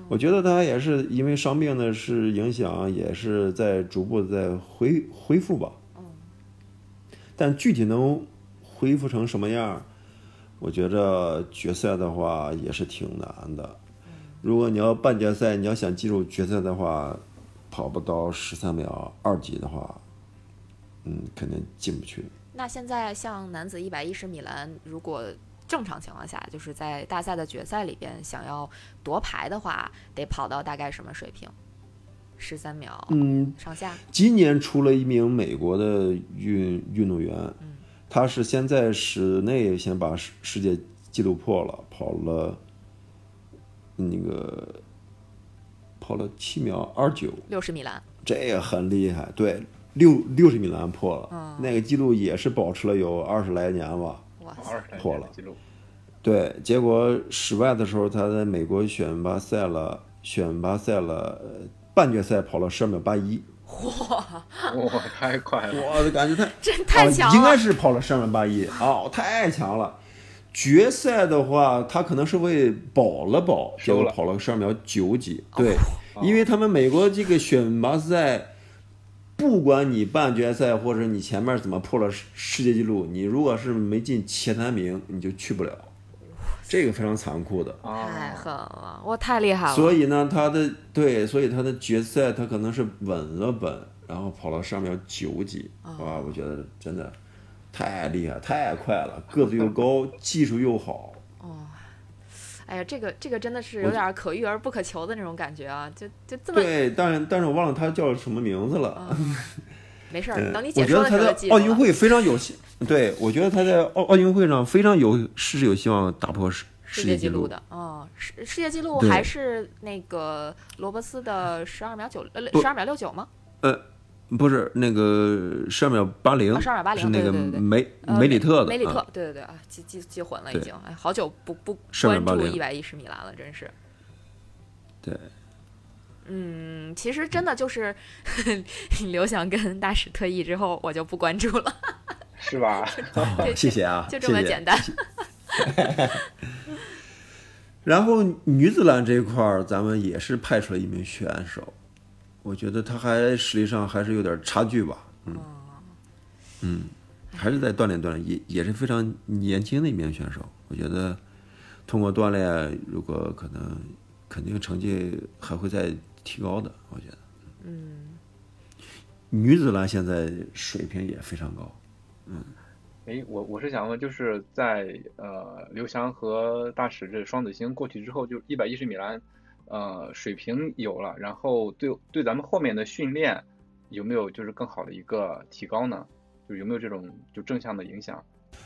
D: 我觉得他也是因为伤病呢是影响，也是在逐步地在恢恢复吧。但具体能恢复成什么样儿，我觉着决赛的话也是挺难的。如果你要半决赛，你要想进入决赛的话，跑不到十三秒二级的话，嗯，肯定进不去。
B: 那现在像男子一百一十米栏，如果正常情况下，就是在大赛的决赛里边想要夺牌的话，得跑到大概什么水平？十三秒
D: 嗯，
B: 上下。
D: 今年出了一名美国的运运动员，他是先在室内先把世世界纪录破了，跑了嗯那个跑了七秒二九，
B: 六十米栏，
D: 这个很厉害，对，六六十米栏破了，那个记录也是保持了有二十来年吧。
B: 哇塞，
C: 二十来
D: 破
C: 年的
D: 了
C: 记录，
D: 对，结果室外的时候，他在美国选拔赛了，选拔赛了呃半决赛跑了十二秒八一，
C: 哇，太快了！
D: 我的感觉太
B: 这太强
D: 啊，应
B: 了
D: 该是跑了三万八一哦，太强了。决赛的话，他可能是为保了保，结
C: 收了
D: 果跑了十二秒九几。
B: 哦
D: 对，因为他们美国这个选拔赛，不管你半决赛或者你前面怎么破了世世界纪录，你如果是没进前三名，你就去不了。这个非常残酷的。
B: 太
C: 啊，
B: 狠了，哇，太厉害了。
D: 所以呢，他的对，所以他的决赛他可能是稳了稳，然后跑了上秒九几，
B: 哦
D: 哇，我觉得真的太厉害，太快了，个子又高，技术又好，
B: 哎呀，这个这个真的是有
D: 我
B: 点可遇而不可求的那种感觉啊，就就这么
D: 对，但但是我忘了他叫什么名字了。
B: 没事
D: 嗯
B: 儿，等你
D: 我
B: 解
D: 觉
B: 说
D: 得
B: 的
D: 他
B: 时候就
D: 在
B: 记住
D: 奥运
B: 了。
D: 会非常有希，对我觉得他在奥奥运会上非常有是有希望打破世
B: 世
D: 世
B: 界
D: 界
B: 纪
D: 纪
B: 录
D: 录。
B: 的，哦，世世界纪录
D: 对
B: 还是那个罗伯斯的十二秒九，呃，
D: 不
B: 十二秒六九吗？
D: 不是那个十二秒八零
B: 啊，，12.80
D: 是那个
B: 对对对对
D: 梅
B: 呃
D: 梅里特的，
B: 梅里特
D: 啊，
B: 对对对啊，记记记混了已
D: 对
B: 经，哎，好久不不关
D: 12.80
B: 注一百一十米栏了，真是。
D: 对。
B: 嗯，其实真的就是 刘翔跟大使退役之后，我就不关注了，
C: 是 吧？
D: 哦谢谢啊，
B: 就这么
D: 谢谢
B: 简单。
D: 然后女子篮这一块儿，咱们也是派出了一名选手，我觉得她还实力上还是有点差距吧，嗯，嗯，还是在锻炼锻炼，也也是非常年轻的一名选手。我觉得通过锻炼，如果可能，肯定成绩还会再提高的。我觉得，嗯，女子篮现在水平也非常高，
C: 哎，我我是想问，就是在呃刘翔和大使这双子星过去之后，就一百一十米栏，呃水平有了，然后对对咱们后面的训练有没有就是更好的一个提高呢？就有没有这种就正向的影响？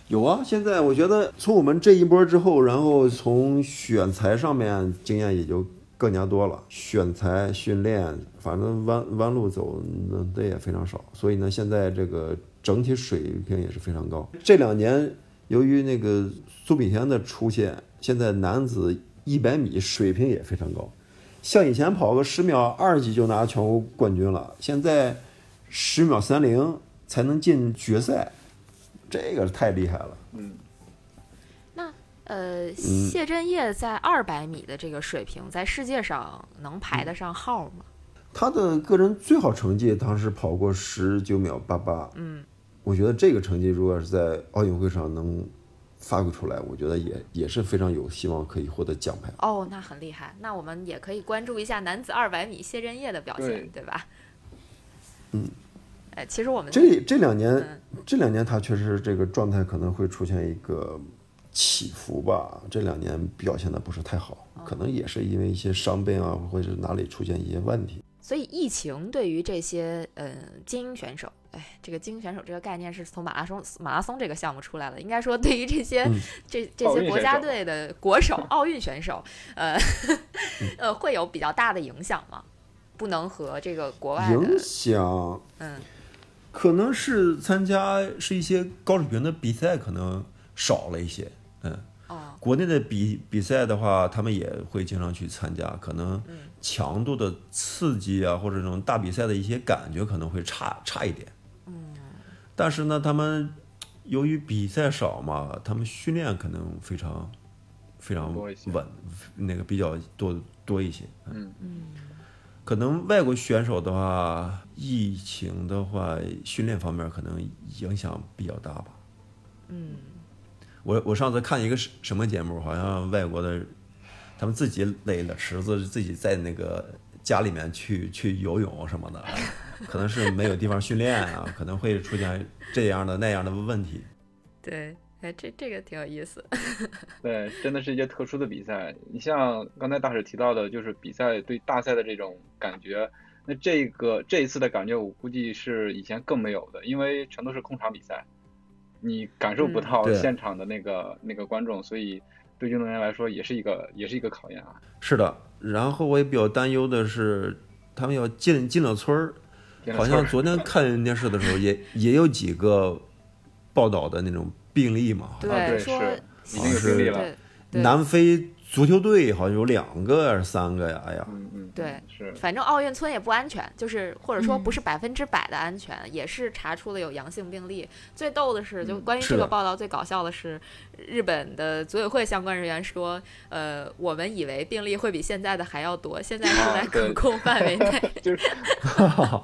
D: 有啊，现在我觉得从我们这一波之后，然后从选材上面经验也就更加多了。选材、训练，反正弯弯路走那那也非常少，所以呢，现在这个整体水平也是非常高。这两年由于那个苏炳添的出现，现在男子一百米水平也非常高，像以前跑个十秒二级就拿全国冠军了，现在十秒三零才能进决赛。这个太厉害了。
C: 嗯，
B: 那
D: 嗯
B: 呃，谢震业在二百米的这个水平，在世界上能排得上号吗？
D: 他的个人最好成绩当时跑过十九秒八八，
B: 嗯，
D: 我觉得这个成绩如果是在奥运会上能发挥出来，我觉得也也是非常有希望可以获得奖牌。
B: 哦，那很厉害。那我们也可以关注一下男子二百米谢震业的表现，
C: 对
B: 对吧？嗯。哎，其实我们
D: 这这两年，
B: 嗯
D: 这两年他确实这个状态可能会出现一个起伏吧。这两年表现的不是太好，
B: 哦
D: 可能也是因为一些伤病啊，或者是哪里出现一些问题。
B: 所以疫情对于这些呃精英选手，哎，这个精英选手这个概念是从马拉松马拉松这个项目出来的。应该说，对于这些、这这
C: 嗯奥
B: 些
C: 运
B: 国
C: 选
B: 家
C: 手
B: 队的国手、奥运选手，呃
C: 嗯
B: 呃，会有比较大的影响吗？不能和这个国外
D: 影
B: 的
D: 响
B: 嗯
D: 可能是参加是一些高水平的比赛，可能少了一些。嗯，
B: 哦
D: 国内的比比赛的话，他们也会经常去参加，可能
B: 嗯
D: 强度的刺激啊，或者这种大比赛的一些感觉可能会差差一点。嗯，但是呢，他们由于比赛少嘛，他们训练可能非常非常
C: 多一些
D: 稳，那个比较多多一些。
C: 嗯
D: 嗯，可能外国选手的话，疫情的话，训练方面可能影响比较大吧。我我上次看一个什什么节目，好像外国的，他们自己垒了池子，自己在那个家里面去去游泳什么的， 可能是没有地方训练啊，可能会出现这样的那样的问题。
B: 对，哎，这这个挺有意思。
C: 啊对，真的是一些特殊的比赛。你像刚才大使提到的，就是比赛对大赛的这种感觉，那这个这一次的感觉，我估计是以前更没有的，因为全都是空场比赛，你感受不
B: 嗯
C: 到
D: 对
C: 现场的那个、那个观众，所以对运动员来说也是一个也是一个考验啊。
D: 是的，然后我也比较担忧的是，他们要进进了村儿，
C: 变得
D: 好
C: 事
D: 像
C: 儿
D: 昨天看电视的时候也也有几个报道的那种病例嘛，好像
C: 啊对
B: 说
C: 是已
D: 经有经历
B: 对
C: 了
B: 对
D: 南非足球队好像有两个还是三个呀，哎 呀，
C: 嗯嗯，
B: 对
C: 是
B: 反正奥运村也不安全，就是或者说
A: 嗯
B: 不是百分之百的安全，也是查出了有阳性病例。最逗的是，就
C: 嗯
B: 关于
D: 是
B: 这个
D: 的
B: 报道最搞笑的是，日本的组委会相关人员说，呃，我们以为病例会比现在的还要多，现在是
C: 啊
B: 在可
C: 对
B: 控范围内，
C: 就是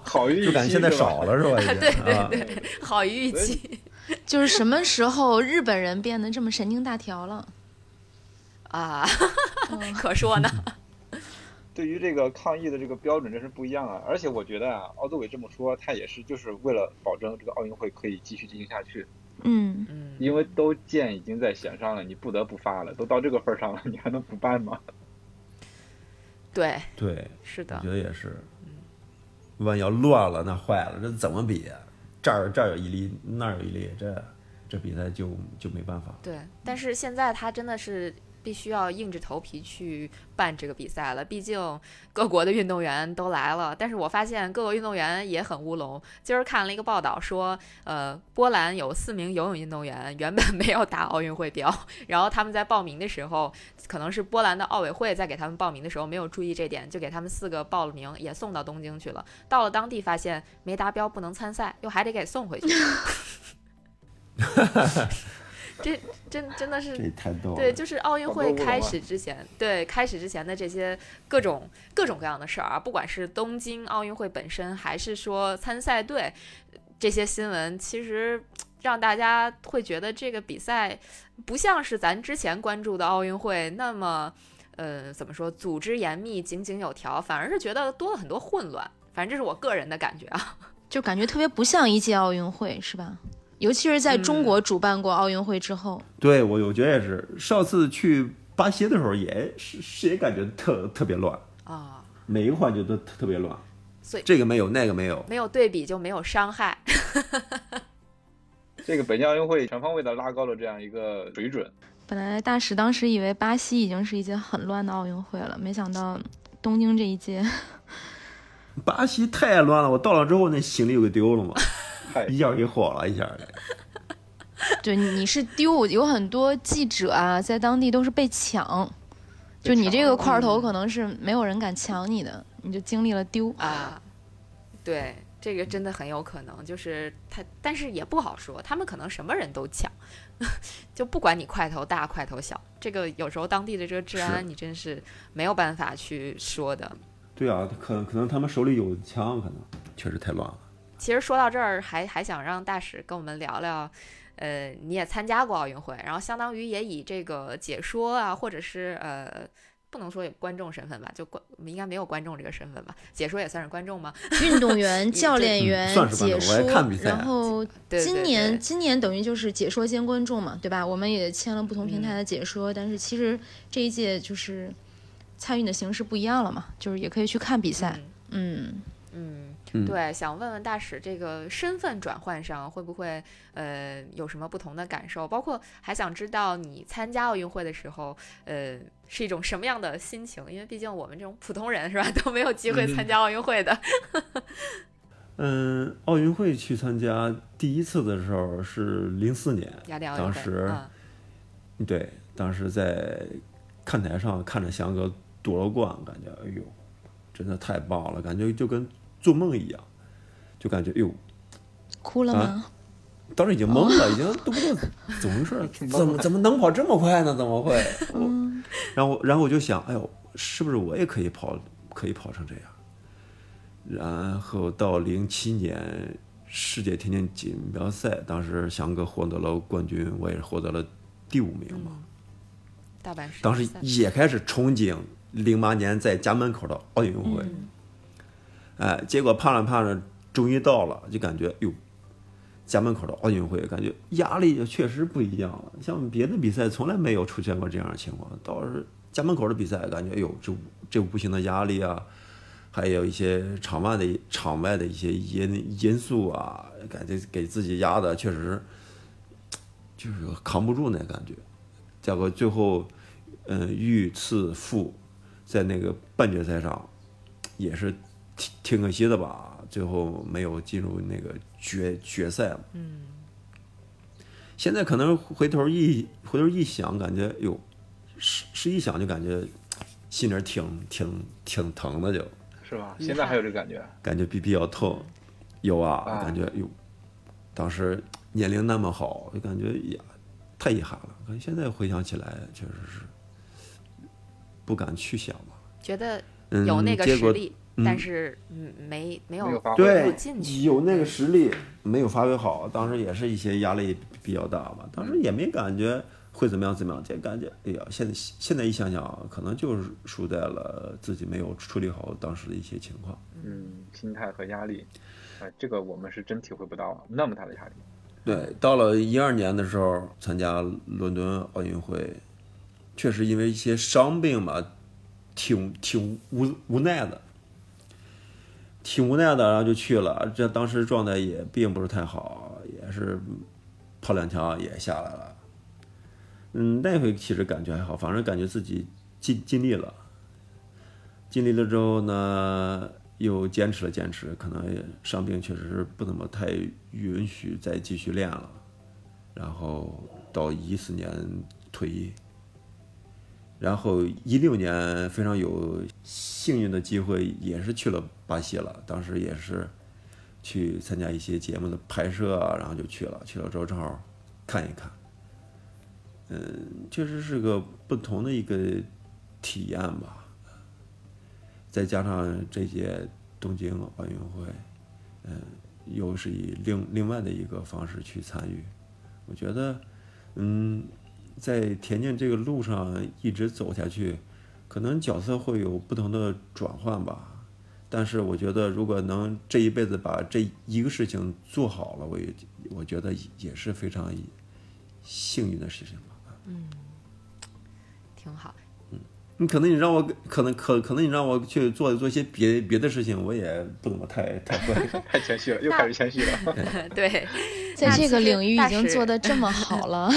C: 好运
D: 就感觉现在少了是吧？已 经
B: 对对
D: 啊
B: 对，好于预
C: 所以
B: 期
A: 嗯 就是什么时候日本人变得这么神经大条了？
B: 啊，
A: 嗯
B: 可说呢。
C: 对于这个抗疫的这个标准真是不一样啊！而且我觉得啊，奥组委这么说，他也是就是为了保证这个奥运会可以继续进行下去，
A: 嗯，
B: 嗯，
C: 因为都箭已经在弦上了，你不得不发了，都到这个份儿上了， 你还能不办吗？
B: 对，
D: 对，
B: 是
D: 我
B: 的
D: 觉，得也是，万一要乱了那坏了，这怎么比啊？这儿这儿有一例，那儿有一例，这这比赛就就没办法。
B: 对。但是现在他真的是。必须要硬着头皮去办这个比赛了，毕竟各国的运动员都来了。但是我发现各国运动员也很乌龙。今儿看了一个报道说，呃，波兰有四名游泳运动员原本没有打奥运会标，然后他们在报名的时候，可能是波兰的奥委会在给他们报名的时候没有注意这点，就给他们四个报了名，也送到东京去了。到了当地发现没达标不能参赛，又还得给送回去。 这 真真的是
D: 这也太逗了。
B: 对，就是奥运
C: 好
B: 会
C: 多乌龙
B: 开
C: 啊
B: 始之前，对开始之前的这些各种各种各样的事儿啊，不管是东京奥运会本身，还是说参赛队这些新闻，其实让大家会觉得这个比赛不像是咱之前关注的奥运会那么，呃，怎么说，组织严密、井井有条，反而是觉得多了很多混乱。反正这是我个人的感觉啊。
A: 就感觉特别不像一届奥运会，是吧？尤其是在
B: 嗯
A: 中国主办过奥运会之后，
D: 对我我觉得也是。上次去巴西的时候也是是也感觉特特别乱，
B: 啊、
D: 每一个环节都特特别乱，
B: 所以
D: 这个没有那个没有。
B: 没有对比就没有伤害。
C: 这个北京奥运会全方位的拉高了这样一个水准，
A: 本来大使当时以为巴西已经是一届很乱的奥运会了，没想到东京这一届，
D: 巴西太乱了，我到了之后那行李又给丢了嘛，
C: 太
D: 一下给火了一下的。
A: 对，你是丢，有很多记者啊，在当地都是被抢，就你这个块儿
D: 嗯
A: 头可能是没有人敢抢你的，你就经历了丢。
B: 啊，对，这个真的很有可能，就是他，但是也不好说，他们可能什么人都抢， 就不管你块头大块头小，这个有时候当地的这个治
D: 是
B: 安你真是没有办法去说的。
D: 对啊，可能可能他们手里有枪，可能确实太乱了。
B: 其实说到这儿，还还想让大使跟我们聊聊，呃，你也参加过奥运会，然后相当于也以这个解说啊，或者是呃。不能说有观众身份吧，就观应该没有观众这个身份吧？解说也算是观众吗？
A: 运动员、
B: 嗯
A: 教练
D: 嗯
A: 员、
D: 算是吧
A: 解
D: 我
A: 说
D: 还看比，赛啊
A: 然后
B: 对对
A: 今
B: 对
A: 年今年等于就是解说兼观众嘛，对吧？我们也签了不同
D: 嗯
A: 平台的解说，但是其实这一届就是参与的形式不一样了嘛，就是也可以去看比赛。
B: 嗯
A: 嗯，
B: 嗯，
D: 嗯
B: 对，想问问大使，这个身份转换上会不会呃有什么不同的感受？包括还想知道你参加奥运会的时候，呃，是一种什么样的心情？因为毕竟我们这种普通人是吧，都没有机会参加奥运会的。
D: 嗯，奥运会去参加第一次的时候是零四年，
B: 雅典奥运
D: 当
B: 会，
D: 时
B: 嗯
D: 对，当时在看台上看着翔哥夺了冠，感觉哎呦，真的太棒了，感觉就跟做梦一样，就感觉哎呦，
A: 哭
D: 啊
A: 了吗？
D: 当时已经懵了，已经都不知道怎么回事儿，怎么怎么能跑这么快呢？怎么会？我然后然后我就想，哎呦，是不是我也可以跑，可以跑成这样？然后到零七年世界田径锦标赛，当时翔哥获得了冠军，我也是获得了第五名嘛。
B: 大阪世
D: 当
B: 锦
D: 时
B: 赛
D: 也开始憧憬零八年在家门口的奥运会，哎，结果盼着盼着，终于到了，就感觉哟，家门口的奥运会，感觉压力也确实不一样了。像别的比赛从来没有出现过这样的情况，倒是家门口的比赛，感觉哎呦，这无这无形的压力啊，还有一些场外的场外的一些因因素啊，感觉给自己压的确实就是扛不住那感觉。结果最后，嗯，遇刺负在那个半决赛上也是挺挺可惜的吧，最后没有进入那个决决赛嘛。
B: 嗯，
D: 现在可能回头一回头一想，感觉哟，是是一想就感觉心里儿挺挺挺疼的就，
C: 是吧？
B: 遗
C: 现在
B: 憾
C: 还有这感觉，
D: 感觉比比较痛。有啊，
C: 啊
D: 感觉哟，当时年龄那么好，就感觉呀，太遗憾了。可能现在回想起来，确实是不敢去想吧。
B: 觉得
D: 嗯，
B: 有那个
D: 结
B: 实
D: 果
B: 力，
D: 嗯
B: 但是嗯没没有
C: 没有发挥
B: 没有
D: 对
B: 进去，
D: 有那个实力没有发挥好，当时也是一些压力比较大吧，当时也没感觉会怎么样怎么样，这感觉哎呀，现在现在一想想，可能就是输在了自己没有处理好当时的一些情况。
C: 嗯，心态和压力，呃，这个我们是真体会不到啊那么大的压力。
D: 对，到了一二年的时候参加伦敦奥运会，确实因为一些伤病吧，挺挺无无奈的，挺无奈的，然后就去了。这当时状态也并不是太好，也是跑两条也下来了。嗯，那回其实感觉还好，反正感觉自己尽尽力了。尽力了之后呢，又坚持了坚持，可能伤病确实是不怎么太允许再继续练了。然后到一四年退役，然后一六年非常有幸运的机会，也是去了巴西了。当时也是去参加一些节目的拍摄啊，然后就去了。去了之后正好看一看，嗯，确实是个不同的一个体验吧。再加上这届东京奥运会，嗯，又是以另另外的一个方式去参与，我觉得，嗯，在田径这个路上一直走下去，可能角色会有不同的转换吧。但是我觉得，如果能这一辈子把这一个事情做好了，我也我觉得也是非常幸运的事情吧。
B: 挺好。
D: 你嗯可能你让我可能可可能你让我去做做一些别别的事情，我也不怎么太 太会。
C: 太谦虚了，又开始谦虚了。
B: 对
A: 在这
B: 那其
A: 个
B: 实
A: 领域已
B: 大
A: 经
B: 使
A: 做得这么好 了，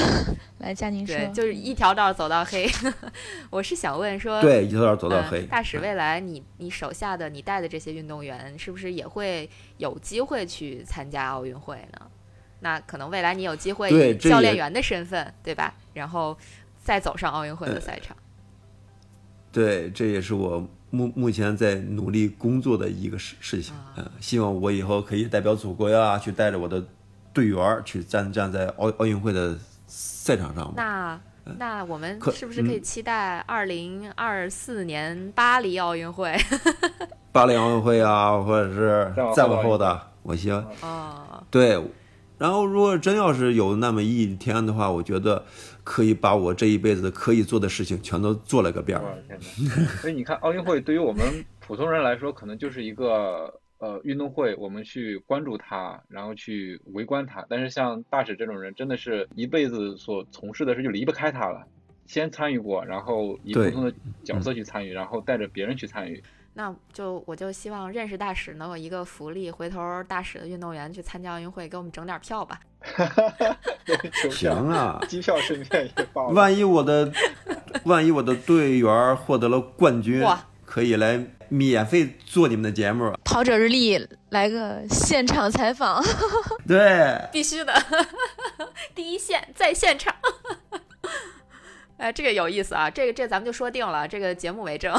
A: 来，佳宁说，
B: 对，就是一条道儿走到黑。 我是想问说，
D: 对，一头要走到
B: 嗯
D: 黑。
B: 大使
D: 嗯
B: 未来你你手下的你带的这些运动员，是不是也会有机会去参加奥运会呢？那可能未来你有机会
D: 对
B: 以
D: 这
B: 教练
D: 也
B: 员的身份，对吧？然后再走上奥运会的
D: 呃
B: 赛场。
D: 对，这也是我目目前在努力工作的一个事事情。
B: 啊
D: 嗯，希望我以后可以代表祖国呀，去带着我的队员儿去站站在奥奥运会的赛场上吧。
B: 那那我们
D: 嗯呃可
B: 是不是可以
D: 嗯
B: 期待二零二四年巴黎奥运会？
D: 巴黎奥运会啊，或者是
C: 再往后啊
D: 再
C: 的
D: 往
C: 奥运
D: 后的，我希望
B: 哦，
D: 对。然后，如果真要是有那么一天的话，我觉得可以把我这一辈子可以做的事情全都做了个遍
C: 我
D: 儿。
C: 的天哪！所以你看，奥运会对于我们普通人来说，可能就是一个呃运动会，我们去关注它，然后去围观它。但是像大使这种人，真的是一辈子所从事的事就离不开它了。先参与过，然后以不
D: 对嗯
C: 同的角色去参与，然后带着别人去参与。
B: 那就我就希望认识大使能有一个福利，回头大使的运动员去参加奥运会，给我们整点票吧。
C: 球
D: 行
C: 票、
D: 啊，
C: 机票顺便也报了。
D: 万一我 的，万一我的队员儿获得了冠军
B: 哇，
D: 可以来免费做你们的节目儿。
A: 跑者日历来个现场采访，
D: 对，
B: 必须的，第一线在现场。哎，这个有意思啊，这个这咱们就说定了，这个节目为证，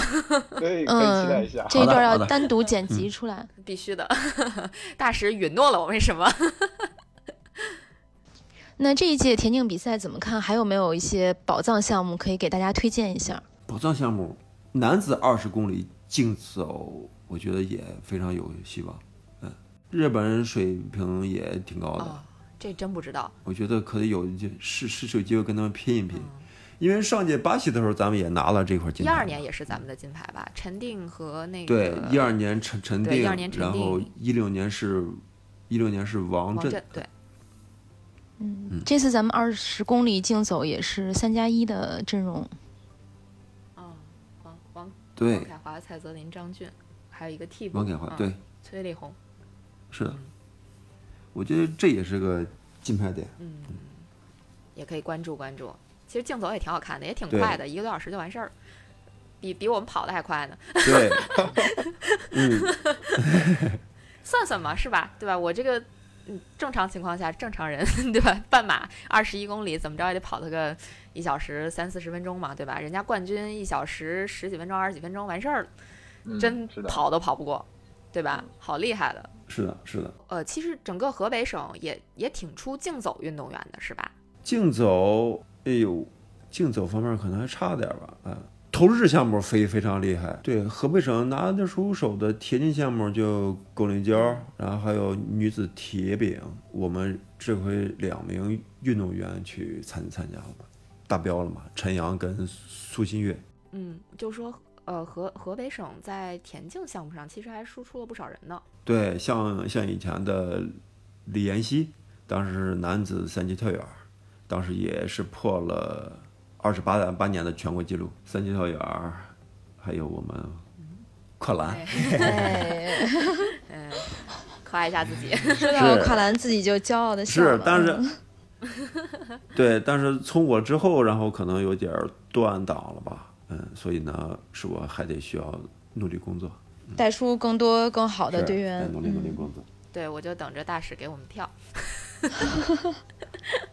C: 对，可以期待
A: 嗯
C: 一下，。
A: 这一
D: 好的
A: 段要
D: 好的嗯
A: 单独剪辑出来。
B: 必须的。 大使允诺了我们什么？
A: 那这一届田径比赛怎么看？还有没有一些宝藏项目可以给大家推荐一下？
D: 宝藏项目，男子二十公里竞走，我觉得也非常有希望。嗯，日本人水平也挺高的，
B: 哦，这真不知道。
D: 我觉得可以有是是是有机会跟他们拼一拼。因为上届巴西的时候，咱们也拿了这块
B: 哦一
D: 金牌嘛。
B: 二年也是咱们的金牌吧？陈定和那
D: 对
B: 个，
D: 一二年陈陈
B: 对
D: 定
B: 12年，陈
D: 然后
B: 定
D: 一六年是，一六年是王
B: 王
D: 震
B: 震，对，
D: 嗯
A: 这次咱们二十公里竞走也是三加一的阵容，
B: 哦，王王
D: 对
B: 王凯华、蔡泽林、张俊，还有一个替补
D: 王凯华，
B: 嗯
D: 对，
B: 崔丽红，
D: 是的
B: 嗯，
D: 我觉得这也是个进派点。
B: 嗯，也可以关注关注。其实竞走也挺好看的，也挺
D: 对
B: 快的，一个多小时就完事儿，比比我们跑的还快呢。
D: 对，嗯，
B: 算算嘛，是吧？对吧？我这个，嗯，正常情况下，正常人 对吧？半马二十一公里，怎么着也得跑它个一小时三四十分钟嘛，对吧？人家冠军一小时十几分钟、二十几分钟完事儿了，
C: 嗯
B: 真
C: 是的，
B: 跑都跑不过，对吧？好厉害的。
D: 是的，是的。
B: 呃，其实整个河北省也也挺出竞走运动员的，是吧？
D: 竞走，哎呦，竞走方面可能还差点吧，啊、投掷项目非非常厉害，对，河北省拿得出手的田径项目就狗链胶，然后还有女子铁饼，我们这回两名运动员去参参加了，达标了嘛？陈阳跟苏新月，
B: 嗯，就说呃，河河北省在田径项目上其实还输出了不少人呢。
D: 对，像像以前的李妍希，当时是男子三级跳远，当时也是破了二十八八年的全国纪录，三级跳远，还有我们跨栏，
A: 哎，
B: 嗯，夸一下自 己。
A: 说到
D: 是
A: 跨栏，自己就骄傲的笑
D: 是
A: 了。，
D: 但是对，但是从我之后，然后可能有点儿断档了吧，嗯，所以呢，是我还得需要努力工作，
A: 嗯带出更多更好的
D: 是
A: 队员
D: 再，努力努力
A: 嗯
D: 工作，
B: 对，我就等着大使给我们跳。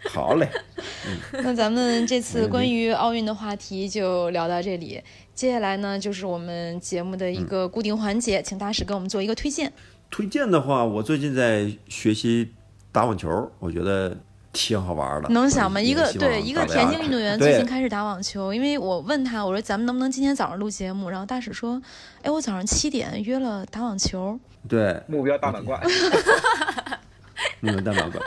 D: 好嘞，
A: 那咱们这
D: 没
A: 次
D: 问题
A: 关于奥运的话题就聊到这里。接下来呢，就是我们节目的一个
D: 嗯
A: 固定环节，请大使给我们做一个推荐。
D: 推荐的话，我最近在学习打网球，我觉得挺好玩的。
A: 能想吗？
D: 我
A: 一
D: 也
A: 个
D: 希望
A: 对一个
D: 大家
A: 田径运动员
D: 对
A: 最近开始打网球，因为我问他，我说咱们能不能今天早上录节目？然后大使说，哎，我早上七点约了打网球。
D: 对
C: 目标大满贯
D: 嗯那个大满贯，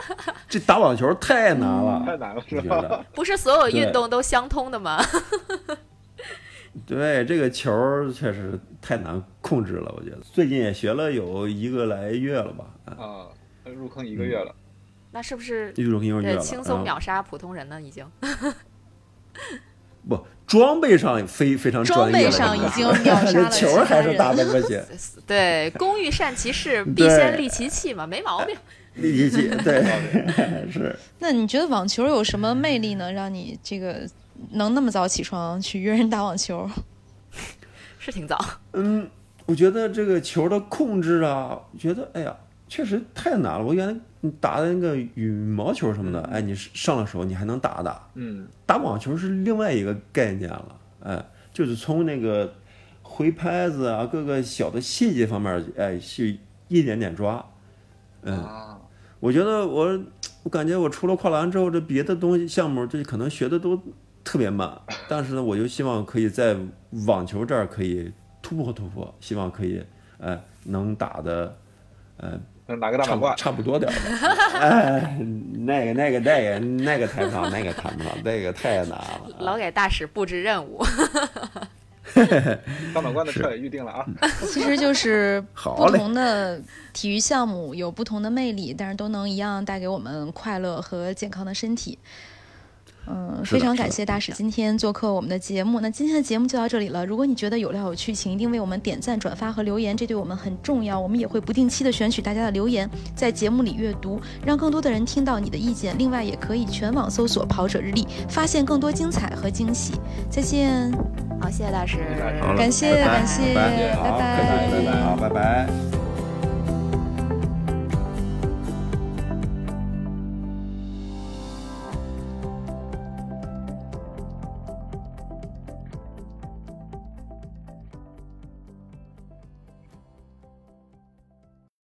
D: 这打网球太难了，
C: 太难了，
D: 我
C: 是
D: 觉
C: 吧？
D: 得
B: 不是所有运
D: 对
B: 动都相通的吗？
D: 对这个球儿确实太难控制了。我觉得最近也学了有一个来月了吧，啊，
C: 啊，入坑一个月了，
B: 那是不是
D: 一种一个月
B: 对
D: 了，啊嗯
B: 轻松
D: 然后
B: 秒杀普通人呢？已经
D: 不装备上非非常
A: 装
D: 专
A: 备
D: 业了，
A: 上已经秒杀
D: 这
A: 了
D: 球儿还
A: 其他
D: 是
A: 人
D: 打得过去，
B: 对“工欲善其 事，必
D: 对
B: 先利其器”嘛，没毛病。
D: 力气对 是。
A: 那你觉得网球有什么魅力呢？让你这个能那么早起床去约人打网球？
B: 是挺早，
D: 嗯，我觉得这个球的控制啊，觉得哎呀，确实太难了。我原来你打的那个羽毛球什么的，哎，你上了手你还能打打，
C: 嗯，
D: 打网球是另外一个概念了，哎，就是从那个回拍子啊，各个小的细节方面，哎，去一点点抓。嗯，
C: 啊，
D: 我觉得我，我感觉我除了跨栏之后，这别的东西项目，这可能学的都特别慢。但是呢，我就希望可以在网球这儿可以突破突破，希望可以，呃，能打的，呃，
C: 能拿个大
D: 差
C: 满
D: 不
C: 贯，
D: 差不多点儿吧。哎，那个那个那个那个谈不上，那个谈不上，那个太难了。
B: 老给大使布置任务。
C: 大满贯的票也预定了啊。
A: 其实就是
D: 好
A: 不
D: 嘞，
A: 同的体育项目有不同的魅力，但是都能一样带给我们快乐和健康的身体。嗯，
D: 是的
A: 非常感谢大使今天做客我们的节目。那今天的节目就到这里了。如果你觉得有料有趣，请一定为我们点赞、转发和留言，这对我们很重要。我们也会不定期的选取大家的留言，在节目里阅读，让更多的人听到你的意见。另外，也可以全网搜索“跑者日历”，发现更多精彩和惊喜。再见，
B: 好，谢谢大使
C: 谢谢大使
D: 好了
A: 感谢
D: 拜拜
A: 感谢
D: 拜拜好
A: 拜拜
D: 客气拜拜，好，拜拜。
B: 我